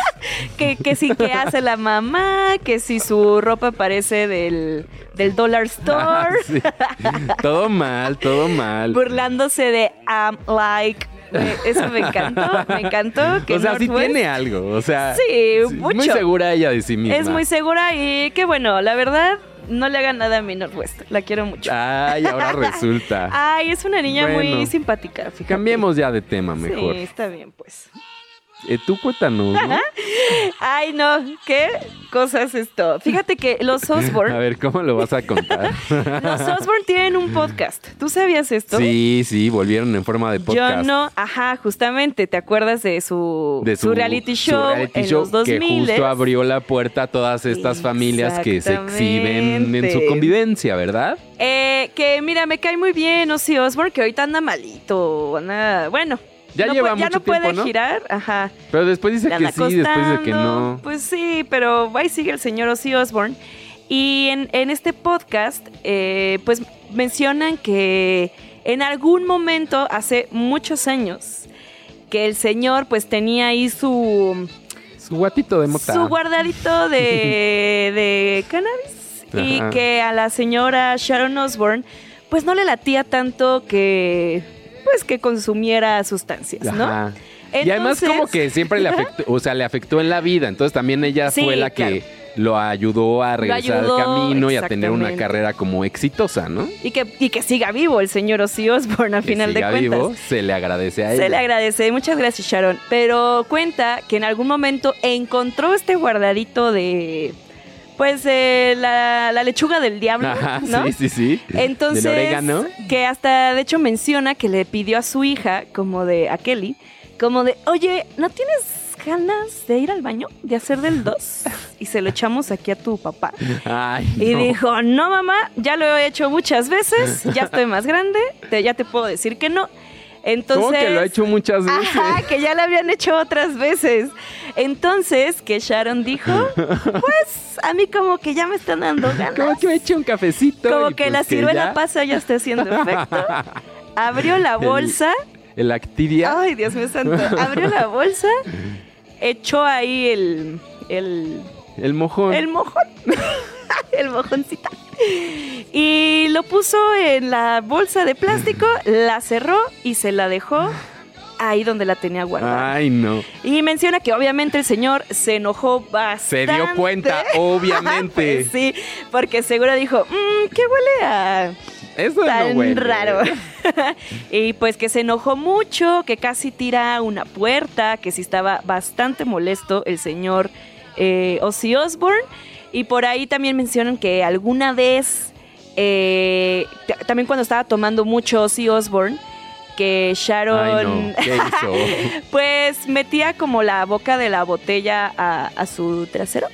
B: Que, que sí, que hace la mamá, que si su ropa parece del, del Dollar Store,
C: Ah, Sí. Todo mal, todo mal.
B: burlándose de I'm like. Me- Eso me encantó, me encantó. Que
C: o sea, sí
B: Northwest-
C: tiene algo, o sea...
B: Sí,
C: sí,
B: mucho.
C: Muy segura ella de sí misma.
B: Es muy segura y qué bueno, la verdad, no le haga nada a mi Northwest. La quiero mucho.
C: Ay, ahora resulta.
B: Ay, es una niña
C: Ah. Bueno.
B: muy simpática, fíjate.
C: Cambiemos ya de tema mejor.
B: Sí, está bien, pues.
C: Eh, tú cuéntanos, ¿no?
B: Ay, no, qué cosas esto. Fíjate que los
C: A
B: Osborne,
C: ver, ¿cómo lo vas a contar?
B: los Osborne tienen un podcast. ¿Tú sabías esto?
C: sí, sí, volvieron en forma de podcast.
B: Yo no, ajá, justamente, ¿te acuerdas de su,
C: de su,
B: su reality
C: su
B: show
C: reality
B: en
C: show
B: los 2000?
C: que justo abrió la puerta a todas estas familias que se exhiben en su
B: Exactamente. convivencia,
C: convivencia, ¿verdad?
B: Eh, que mira, me cae muy bien Ozzy Osbourne, que ahorita anda malito. anda- bueno,
C: Ya
B: no
C: lleva
B: pu- ya
C: mucho
B: no puede
C: tiempo, ¿no?
B: girar. Ajá.
C: Pero después dice
B: le
C: que
B: anda
C: sí, después dice que
B: costando,
C: no.
B: Pues sí, pero ahí sigue el señor Ozzy Osbourne. Y en, en este podcast, eh, pues mencionan que en algún momento, hace muchos años, que el señor pues tenía ahí su,
C: Su guatito de mota.
B: su guardadito de, de cannabis y
C: Ajá.
B: que a la señora Sharon Osbourne pues no le latía tanto que pues que consumiera sustancias, ¿no?
C: Ajá. y además como que siempre le afectó, o sea, le afectó en la vida, entonces también ella
B: Sí,
C: fue la que lo ayudó a regresar
B: ayudó,
C: al camino y a tener una
B: exactamente.
C: carrera como exitosa, ¿no?
B: Y que, y que siga vivo el señor Ozzy Osbourne al
C: Que
B: final
C: siga
B: de cuentas.
C: vivo, se le agradece a ella.
B: Se le agradece, muchas gracias Sharon. Pero cuenta que en algún momento encontró este guardadito de, pues, eh, la, la lechuga del diablo,
C: Ajá,
B: ¿no?
C: sí, sí, sí.
B: Entonces,
C: Del orégano.
B: que hasta de hecho menciona que le pidió a su hija, como de a Kelly, como de, oye, ¿no tienes ganas de ir al baño, de hacer del 2? Y se lo echamos aquí a tu papá.
C: Ay,
B: Y
C: no.
B: dijo, no mamá, ya lo he hecho muchas veces, ya estoy más grande, te- ya te puedo decir que no. Entonces, ah,
C: ¿Cómo que lo ha hecho muchas veces?
B: Ajá, que ya la habían hecho otras veces. Entonces, que Sharon dijo, pues a mí como que ya me están dando
C: ¿Cómo
B: ganas.
C: que ha hecho un cafecito?
B: Como
C: Y
B: que
C: pues
B: la ciruela
C: ya
B: pasa ya está haciendo efecto. Abrió la bolsa.
C: El Actidia.
B: Ay, Dios mío santo. Abrió la bolsa. Echó ahí el, el,
C: El mojón.
B: el mojón. el mojoncita. Y lo puso en la bolsa de plástico, la cerró y se la dejó ahí donde la tenía guardada.
C: Ay, no.
B: Y menciona que obviamente el señor se enojó
C: Se
B: bastante.
C: dio cuenta, obviamente.
B: Pues sí, porque seguro dijo, mmm, ¿qué huele a
C: Eso no
B: tan
C: huele.
B: raro? y pues que se enojó mucho, que casi tira una puerta, que sí estaba bastante molesto el señor eh, Ozzy Osbourne. Y por ahí también mencionan que alguna vez, eh, t- también cuando estaba tomando mucho Ozzy Osbourne, que Sharon
C: Ay, no. ¿Qué hizo?
B: pues metía como la boca de la botella a, a su trasero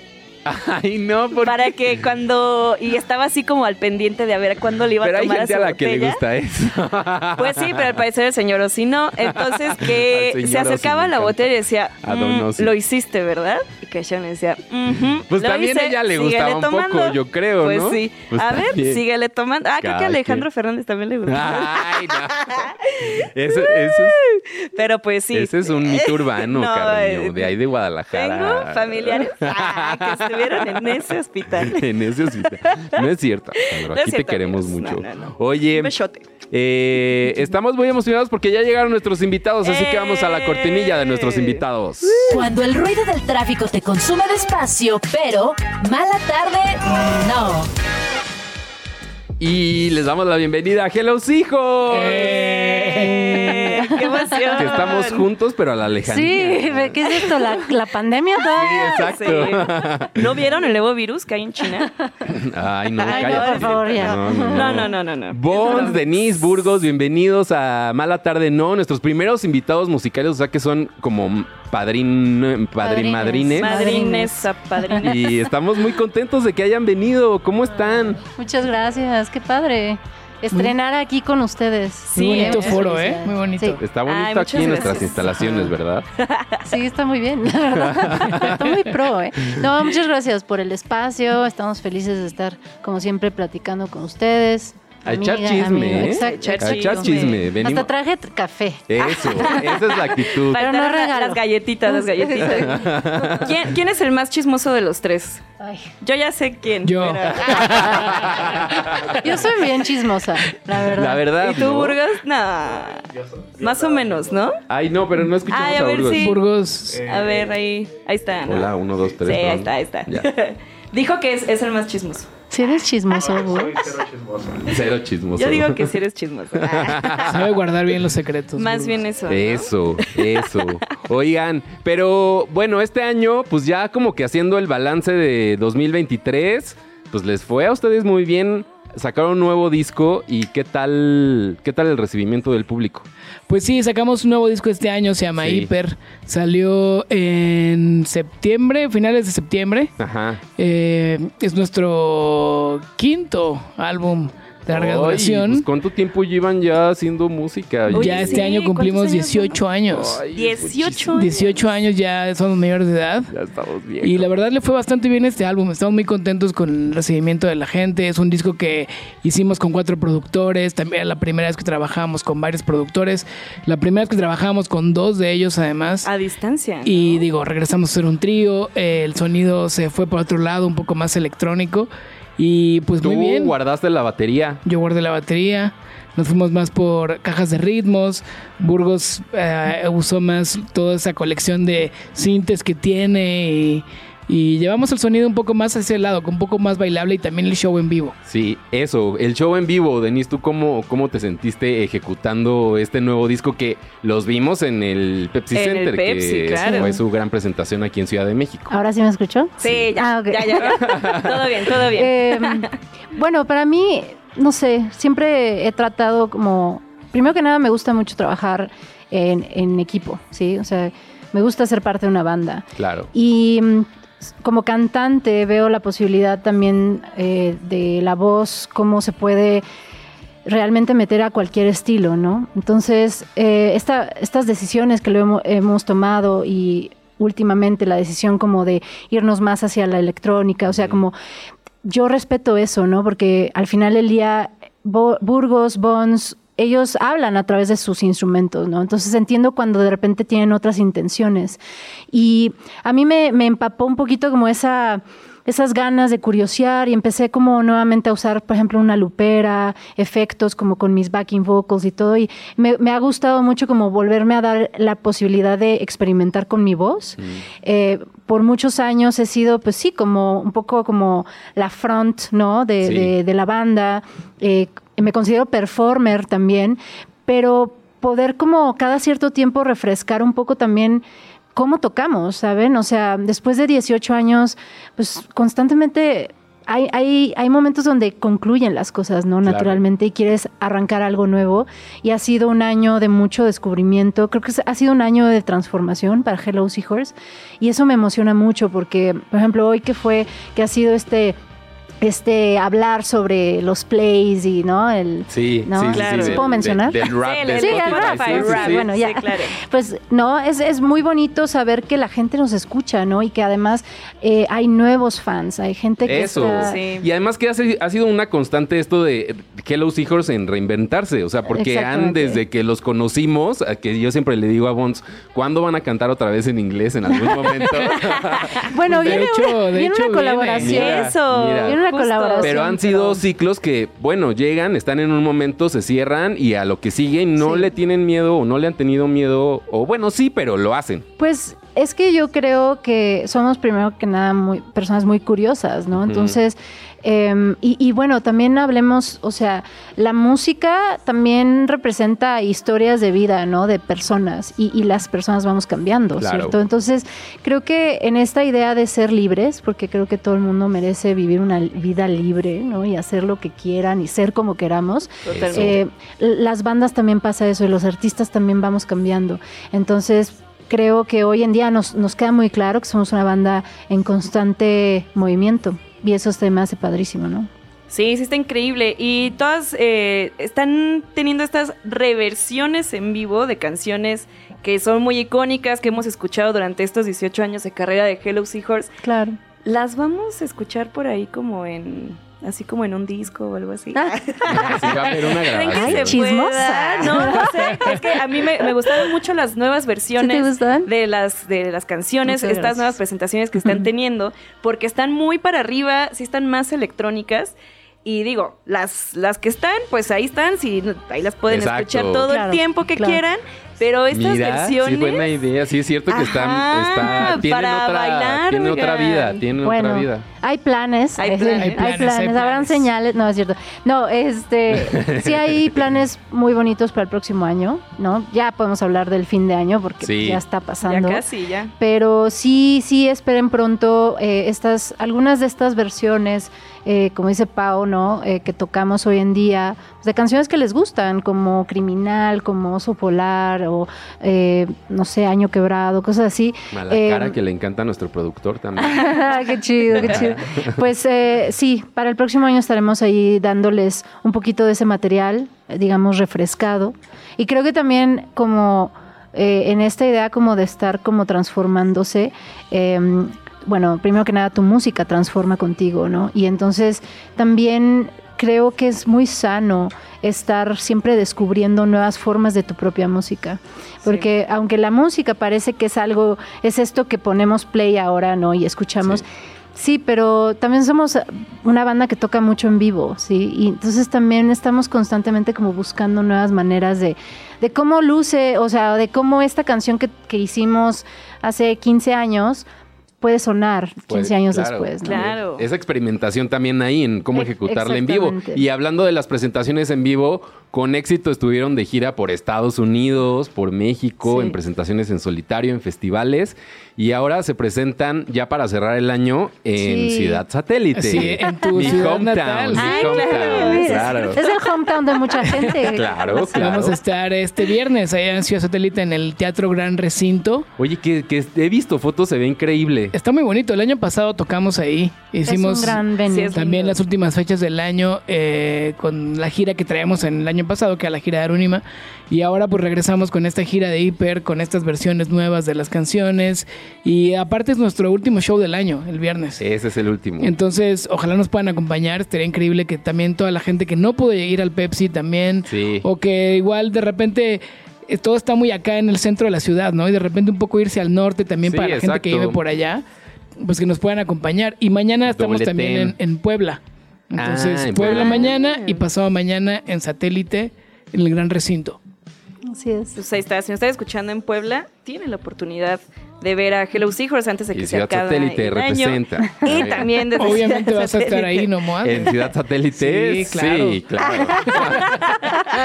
C: Ay, no, porque...
B: para que cuando y estaba así como al pendiente de a ver cuándo le iba
C: Pero
B: a
C: hay
B: tomar
C: gente a
B: su
C: la que le
B: botella.
C: gusta eso.
B: Pues sí, pero al parecer el señor Ozzy no. Entonces
C: Al
B: que
C: señor
B: se acercaba
C: Ozzy,
B: a la
C: me encanta.
B: botella y decía,
C: A don
B: "Mm,
C: Ozzy".
B: lo hiciste, ¿verdad? Y que Sean le decía, "Ujú,
C: Pues
B: lo
C: también
B: hice,
C: a ella le
B: síguele
C: gustaba un poco,
B: tomando".
C: yo creo,
B: Pues
C: ¿no?
B: sí.
C: Pues
B: a ver,
C: también. Ah.
B: síguele tomando. Ah, creo que
C: Cada
B: a Alejandro
C: quien.
B: Fernández también le gustaba.
C: Ay, no. Eso, eso es,
B: Pero pues sí.
C: ese es un mito urbano,
B: No,
C: cariño,
B: eh,
C: de ahí de Guadalajara.
B: Tengo familiares ah, que estuvieron en ese hospital.
C: en ese hospital. No es cierto, Alejandro,
B: No es
C: aquí te
B: cierto,
C: queremos
B: amigos.
C: mucho.
B: No, Pues no, no.
C: Oye,
B: Un besote.
C: eh, estamos muy emocionados porque ya llegaron nuestros invitados, así que vamos a la cortinilla de nuestros
B: ¡Eh!
C: invitados.
A: Cuando el ruido del tráfico te consume despacio, pero mala tarde no.
C: Y les damos la bienvenida a Hellos Hijos.
B: Eh, ¡Qué emoción!
C: Que estamos juntos, pero a la lejanía.
D: Sí, ve, ¿qué es esto? ¿La, la pandemia?
C: Sí, exacto.
B: Sí. ¿No vieron el nuevo virus que hay en China?
C: Ay, no,
D: Ay, no,
C: cállate.
D: por favor, ya.
C: No, no,
B: No, no,
C: no.
B: no, no. no.
C: Bons, Denise, Burgos, bienvenidos a Mala Tarde No, nuestros primeros invitados musicales, o sea que son como padrín, padrín,
D: Padrines.
C: madrines.
B: Madrines, padrines.
C: Y estamos muy contentos de que hayan venido. ¿Cómo están?
D: Muchas gracias, qué padre. Estrenar aquí con ustedes.
B: Muy bonito
D: muchas
E: foro, ¿eh?
D: felicidades.
E: Muy bonito.
D: Sí,
C: Está
B: Ay,
C: bonito
B: muchas
C: aquí en nuestras
B: gracias.
C: instalaciones, ¿verdad?
D: sí, está muy bien, la verdad. Está muy pro, ¿eh? No, muchas gracias por el espacio. Estamos felices de estar, como siempre, platicando con ustedes.
C: A
D: Amiga,
C: echar chisme,
D: amigo,
C: ¿eh?
D: Exacto.
B: A
D: exacto.
C: echar chisme. Venimos.
D: Hasta traje t- café.
C: Eso, esa es la actitud.
D: Pero no
B: Faltaron la-
D: regalo.
B: Las galletitas, las galletitas. ¿Quién, quién es el más chismoso de los tres?
D: Ay,
B: Yo ya sé quién.
E: Yo.
D: Yo soy bien chismosa, la verdad.
C: La verdad.
B: ¿Y tú,
C: Ah. ¿no?
B: Burgos? No. Más o menos, ¿no?
C: Ay, no, pero no escuchamos
B: Ay, a ver,
C: Burgos.
B: sí.
E: Burgos.
C: Eh.
B: A ver, ahí, ahí está. ¿no?
C: Hola, uno, dos, tres.
B: Sí, ahí
C: ¿no?
B: está, ahí está.
C: Ya.
B: Dijo que es, es el más chismoso.
D: Si eres chismoso, güey.
C: Cero chismoso.
B: Yo digo que sí eres chismoso. Ah,
E: Sabe guardar bien los secretos.
B: Más
E: Burgos.
B: bien eso. ¿no?
C: Eso, eso. Oigan, pero bueno, este año, pues ya como que haciendo el balance de 2023, pues les fue a ustedes muy bien. Sacaron un nuevo disco y qué tal, qué tal el recibimiento del público.
E: Pues sí, sacamos un nuevo disco este año, se llama
C: Sí.
E: Hiper. Salió en septiembre, finales de septiembre.
C: Ajá.
E: Eh, es nuestro quinto álbum de larga
C: Ay,
E: duración.
C: pues, ¿Cuánto tiempo llevan ya haciendo música?
B: Oye,
E: ya este
B: sí,
E: año
B: ¿cuántos
E: cumplimos
B: años
E: 18 años.
C: Ay,
B: 18 años.
E: 18 años ya somos mayores de edad.
C: Ya estamos bien.
E: Y la verdad le fue bastante bien este álbum. Estamos muy contentos con el recibimiento de la gente. Es un disco que hicimos con cuatro productores. También era la primera vez que trabajamos con varios productores. La primera vez que trabajamos con dos de ellos además.
B: A distancia. ¿no?
E: Y digo, regresamos a ser un trío. eh, el sonido se fue por otro lado, un poco más electrónico. Y pues
C: Tú
E: muy bien.
C: guardaste la batería.
E: Yo guardé la batería. Nos fuimos más por cajas de ritmos. Burgos eh, usó más toda esa colección de cintes que tiene. Y, y llevamos el sonido un poco más hacia el lado, un poco más bailable y también el show en vivo.
C: Sí, eso. El show en vivo, Denise, ¿tú cómo, cómo te sentiste ejecutando este nuevo disco que los vimos en el Pepsi
B: En el
C: Center?
B: Pepsi,
C: que
B: claro.
C: fue su gran presentación aquí en Ciudad de México.
D: ¿Ahora sí me escuchó?
B: Sí, ya,
D: Ah, ok.
B: ya, ya, ya. Todo bien, todo bien.
D: Eh, bueno, para mí, no sé, siempre he tratado como, primero que nada me gusta mucho trabajar en, en equipo, ¿sí? O sea, me gusta ser parte de una banda.
C: Claro.
D: Y mm, como cantante veo la posibilidad también eh, de la voz, cómo se puede realmente meter a cualquier estilo, ¿no? Entonces, eh, esta- estas decisiones que lo hemo- hemos tomado y últimamente la decisión como de irnos más hacia la electrónica, o sea, como yo respeto eso, ¿no? Porque al final del día, Bo- Burgos, Bones, ellos hablan a través de sus instrumentos, ¿no? Entonces entiendo cuando de repente tienen otras intenciones. Y a mí me, me empapó un poquito como esa esas ganas de curiosear y empecé como nuevamente a usar, por ejemplo, una lupera, efectos como con mis backing vocals y todo. Y me, me ha gustado mucho como volverme a dar la posibilidad de experimentar con mi voz. Eh, por muchos años he sido, pues sí, como un poco como la front, ¿no? De,
C: Sí.
D: de- de la banda. Eh, me considero performer también, pero poder como cada cierto tiempo refrescar un poco también cómo tocamos, ¿saben? O sea, después de 18 años, pues constantemente hay, hay, hay momentos donde concluyen las cosas, ¿no?
C: Claro.
D: Naturalmente, y quieres arrancar algo nuevo. Y ha sido un año de mucho descubrimiento. Creo que ha sido un año de transformación para Hello Seahorse. Y eso me emociona mucho porque, por ejemplo, hoy que fue, que ha sido este, este hablar sobre los plays y, ¿no? El,
C: Sí,
D: No,
C: sí, sí,
B: claro.
C: sí,
B: ¿Se
C: del-
D: puedo mencionar?
C: del rap
B: Sí,
C: de
B: el
D: Sí,
C: Spotify,
D: rap,
C: sí,
D: ¿no?
C: sí,
D: rap,
C: sí.
D: bueno, ya.
B: Sí, claro.
D: Pues no, es, es muy bonito saber que la gente nos escucha, ¿no? Y que además eh, hay nuevos fans, hay gente que
C: Eso.
D: está-
B: Sí.
C: Y además que ha, si- ha sido una constante esto de Hello Seahorse en reinventarse. O sea, porque han,
D: Exactamente.
C: desde que los conocimos, a que yo siempre le digo a Bonds, ¿cuándo van a cantar otra vez en inglés en algún momento?
D: Bueno,
E: De
D: viene,
E: hecho-
D: una,
E: de
D: viene
E: hecho
D: una
E: viene.
D: colaboración.
C: Mira,
B: Eso.
C: mira.
D: Tiene una
B: justo.
D: colaboración.
C: Pero han sido ciclos que, bueno, llegan, están en un momento, se cierran y a lo que sigue no
D: Sí.
C: le tienen miedo o no le han tenido miedo. O bueno, sí, pero lo hacen.
D: Pues es que yo creo que somos primero que nada muy, personas muy curiosas, ¿no? Entonces, em, y, y bueno, también hablemos, o sea, la música también representa historias de vida, ¿no? De personas y, y las personas vamos cambiando,
C: Claro.
D: ¿cierto? Entonces, creo que en esta idea de ser libres, porque creo que todo el mundo merece vivir una vida libre, ¿no? Y hacer lo que quieran y ser como queramos,
B: Totalmente.
D: eh, las bandas también pasa eso y los artistas también vamos cambiando. Entonces, creo que hoy en día nos, nos queda muy claro que somos una banda en constante movimiento. Y eso se me hace padrísimo, ¿no?
B: Sí, sí está increíble. Y todas eh, están teniendo estas reversiones en vivo de canciones que son muy icónicas, que hemos escuchado durante estos 18 años de carrera de Hello Seahorse.
D: Claro.
B: Las vamos a escuchar por ahí como en... Así como en un disco o algo así.
C: Así va a haber una
B: ¿Creen que
C: grabación.
B: se
D: chismosa.
B: pueda? No, no sé. Es que a mí me, me gustaron mucho las nuevas
D: ¿Sí
B: versiones
D: te gustan?
B: de las de las canciones,
D: Muchas
B: estas
D: gracias.
B: nuevas presentaciones que están teniendo, porque están muy para arriba, sí están más electrónicas. Y digo, las, las que están, pues ahí están, sí, no- ahí las pueden
C: Exacto.
B: escuchar todo el
D: Claro,
B: tiempo que
D: claro.
B: quieran, pero estas
C: Mira, sí,
B: versiones...
C: buena idea. Sí, es cierto que están,
B: Ajá,
C: está- tienen,
B: para
C: otra,
B: bailar,
C: tienen otra
B: oigan.
C: vida, tienen otra
D: Bueno,
C: vida.
D: hay planes. eh,
B: Hay
D: Hay
B: planes.
D: planes.
B: Hay
E: planes, hay
D: Habrán
E: planes.
D: señales. No, es cierto. No, este. sí hay planes muy bonitos para el próximo año, ¿no? Ya podemos hablar del fin de año porque
C: Sí.
D: ya está pasando.
B: ya casi, ya.
D: pero sí, sí esperen pronto eh, estas, algunas de estas versiones, eh, como dice Pau, ¿no? Eh, que tocamos hoy en día, pues, de canciones que les gustan, como Criminal, como Oso Polar, o eh, no sé, Año Quebrado, cosas así.
C: A la
D: Eh,
C: cara que le encanta a nuestro productor también.
D: qué chido, qué chido. Pues eh, sí, para el próximo año estaremos ahí dándoles un poquito de ese material, eh, digamos, refrescado. Y creo que también como eh, en esta idea como de estar como transformándose, eh, bueno, primero que nada tu música transforma contigo, ¿no? Y entonces también creo que es muy sano estar siempre descubriendo nuevas formas de tu propia música. Porque aunque la música parece que es algo, es esto que ponemos play ahora, ¿no? Y escuchamos, Sí, pero también somos una banda que toca mucho en vivo, ¿sí? Y entonces también estamos constantemente como buscando nuevas maneras de, de cómo luce, o sea, de cómo esta canción que, que hicimos hace 15 años puede sonar 15
C: Pues,
D: años
C: claro.
D: después, ¿no?
B: Claro.
C: Esa experimentación también ahí en cómo
D: Ex-
C: ejecutarla en vivo.
D: exactamente.
C: Y hablando de las presentaciones en vivo, con éxito estuvieron de gira por Estados Unidos, por México,
B: Sí.
C: en presentaciones en solitario, en festivales. Y ahora se presentan ya para cerrar el año en
D: Sí.
C: Ciudad Satélite.
E: Sí, en tu
C: mi
E: ciudad
C: hometown.
E: natal.
C: mi
B: Ay,
C: hometown,
B: claro,
D: Es,
C: claro.
D: es el hometown de mucha gente.
C: Claro,
E: Vamos a
C: claro.
E: estar este viernes allá en Ciudad Satélite en el Teatro Gran Recinto.
C: Oye, que, que he visto fotos, se ve increíble.
E: Está muy bonito. El año pasado tocamos ahí.
D: Es un
E: Hicimos
D: gran venue.
B: es-
E: también
B: lindo.
E: las últimas fechas del año eh, con la gira que traíamos en el año pasado, que era la gira de Arunima. Y ahora pues regresamos con esta gira de Hiper, con estas versiones nuevas de las canciones. Y aparte es nuestro último show del año, el viernes.
C: Ese es el último.
E: Entonces, ojalá nos puedan acompañar. Estaría increíble que también toda la gente que no pudo ir al Pepsi también.
C: Sí.
E: O que igual de repente eh, todo está muy acá en el centro de la ciudad, ¿no? Y de repente un poco irse al norte también
C: Sí,
E: para la gente que
C: exacto.
E: vive por allá. Pues que nos puedan acompañar. Y mañana estamos
C: Dobleten.
E: también en, en Puebla. Entonces,
C: Ah, en
E: Puebla
C: Puebla.
E: mañana y pasado mañana en satélite en el gran recinto.
D: Así es.
B: Pues ahí está, si nos están escuchando en Puebla, tiene la oportunidad de ver a Hello Seahorse antes de que
C: Y
B: se
C: Ciudad
B: acabe
C: Satélite
B: el año.
C: representa.
B: Y también desde
E: Obviamente
B: Ciudad
E: vas a estar
B: Satélite.
E: ahí, ¿no, Moa?
C: En Ciudad Satélite.
E: Sí, claro.
C: Sí, claro.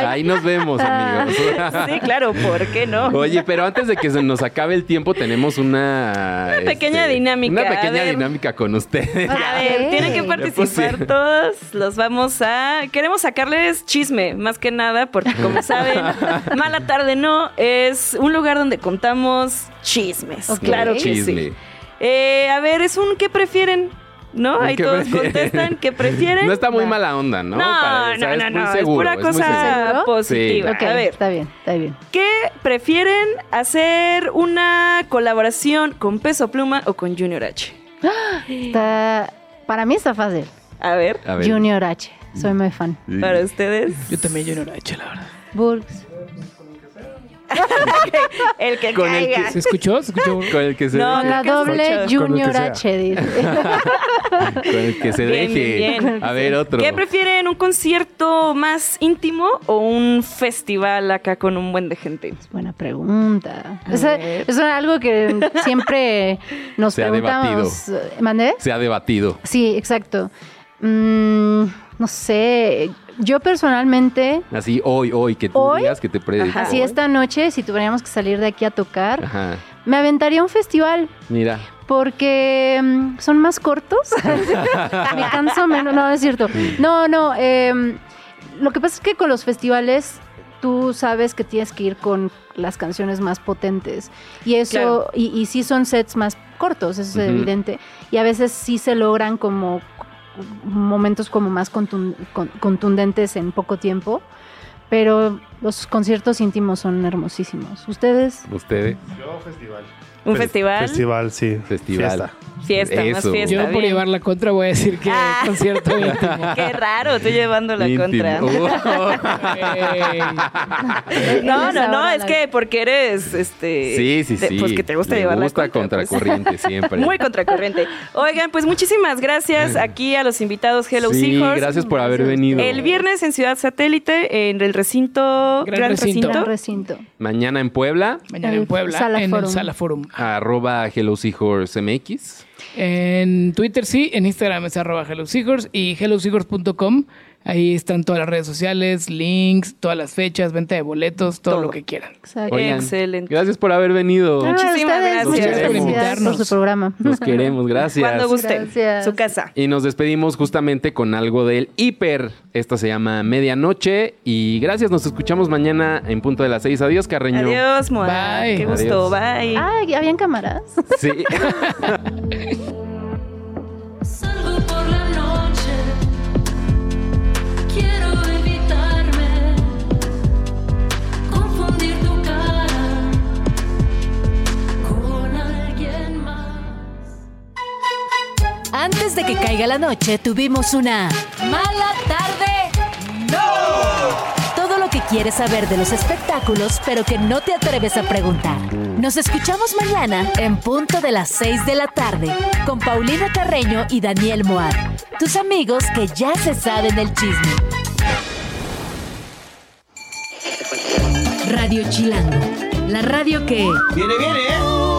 C: Ahí nos vemos, amigos.
B: Sí, claro, ¿por qué no?
C: Oye, pero antes de que se nos acabe el tiempo, tenemos una. este,
B: Una pequeña dinámica,
C: Una
B: a
C: pequeña
B: ver. Ah,
C: dinámica con ustedes.
B: A ver,
D: Ok.
B: tienen que
D: Ya
B: participar
C: pusieron.
B: todos. Los vamos a. Queremos sacarles chisme, más que nada, porque como saben, Mala Tarde No es un lugar donde contamos chismes.
D: Ok.
B: Claro que sí.
C: Chisme.
B: Eh, a ahí es un ¿qué prefieren? ¿No?
C: ¿Un
B: Ahí
C: qué
B: todos
C: prefieren?
B: contestan ¿qué prefieren?
C: No está muy mala onda, ¿no?
B: No,
C: Para-
B: no,
C: o
B: no,
C: sea, es muy
B: no, es
C: seguro.
B: pura
C: muy
B: cosa
C: seguro.
B: positiva.
D: Ok,
B: A ver.
D: está bien, está bien.
B: ¿Qué prefieren hacer una colaboración con Peso Pluma o con Junior H?
D: Está, para mí está fácil.
B: A ver,
C: Sí. A ver.
D: Junior H, soy muy fan.
C: Sí.
B: para ustedes.
E: Yo también, yo no lo he hecho, la verdad.
D: Burks.
B: El que
C: Con el que
B: caiga.
E: ¿Se escuchó? ¿Se escuchó?
C: Con el que se,
B: No,
D: Con la
B: que escucha.
D: doble
B: Con
D: Junior H, dice.
C: con el que se
B: Bien,
C: deje.
B: bien, bien.
C: A ver, otro.
B: ¿Qué prefieren, un concierto más íntimo o un festival acá con un buen de gente?
D: Buena pregunta. Eso,
B: ver.
D: eso es algo que siempre nos
C: Se ha
D: preguntamos. ¿Mandé?
C: Se ha debatido.
D: Sí, exacto. Mm, no sé. Yo personalmente,
C: Así hoy, hoy, que tú
D: ¿Hoy?
C: digas que te predico.
B: Ajá.
D: así esta noche, si tuviéramos que salir de aquí a tocar,
C: Ah, Ajá.
D: me aventaría a un festival.
C: Mira.
D: Porque mm, son más cortos. Me canso menos. No, no es cierto. No, no. em, lo que pasa es que con los festivales tú sabes que tienes que ir con las canciones más potentes. Y eso,
B: Claro.
D: y, y sí son sets más cortos, eso es
C: Ujú.
D: evidente. Y a veces sí se logran como momentos como más contun- con- contundentes en poco tiempo. Pero los conciertos íntimos son hermosísimos. ¿Ustedes?
C: Ustedes.
F: Yo, festival.
B: ¿Un
C: Fes-
B: festival?
F: Festival, sí.
C: Festival.
F: Fiesta.
B: Fiesta, más
C: Eso.
B: fiesta.
E: Yo por
B: bien.
E: llevar la contra voy a decir que
B: Ah.
E: concierto íntimo.
B: Qué raro, tú llevando la
C: Íntimo.
B: contra.
E: Ey.
B: No, no,
D: Eres
B: no,
D: ahora
B: es
D: la-
B: que porque eres, este...
C: Sí, sí,
B: de-
C: sí.
B: Pues que te gusta
C: Le
B: llevar
C: gusta
B: la contra. pues.
C: contracorriente siempre.
B: Muy contracorriente. Oigan, pues muchísimas gracias aquí a los invitados Hello
C: sí,
B: Seahorse.
C: gracias por haber venido.
B: El viernes en Ciudad Satélite, en el recinto...
E: Gran recinto.
D: Gran recinto.
C: Mañana en Puebla,
E: Mañana
D: El
E: en Puebla,
D: Sala
E: en el
D: Forum.
E: Sala Forum.
C: arroba Hello Seahorse MX.
E: En Twitter sí, en Instagram es arroba HelloSeekers y helloseekers.com. Ahí están todas las redes sociales, links, todas las fechas, venta de boletos, todo,
B: Todo.
E: lo que quieran.
D: Exacto.
C: Oigan,
B: Excelente.
C: Gracias por haber venido.
D: Ah,
B: Muchísimas
D: ustedes,
B: gracias.
D: muchas
E: Gracias por
D: felicidades por
E: invitarnos.
D: su programa.
C: Nos queremos, gracias.
B: Cuando gusten.
D: Gracias.
B: Su casa.
C: Y nos despedimos justamente con algo del hiper. Esta se llama Medianoche. Y gracias, nos escuchamos mañana en punto de las seis. Adiós, Carreño.
B: Adiós, Moa.
E: Bye.
B: Qué gusto.
C: Adiós.
B: Bye.
D: Ah, ¿habían cámaras?
C: Sí.
G: Salgo por la noche, quiero evitarme, confundir tu cara con alguien más.
A: Antes de que caiga la noche, tuvimos una mala tarde. ¡No! Todo lo que quieres saber de los espectáculos, pero que no te atreves a preguntar. Nos escuchamos mañana en punto de las 6 de la tarde con Paulina Carreño y Daniel Moab, tus amigos que ya se saben el chisme. Radio Chilango, la radio que...
F: Viene, viene, ¿eh?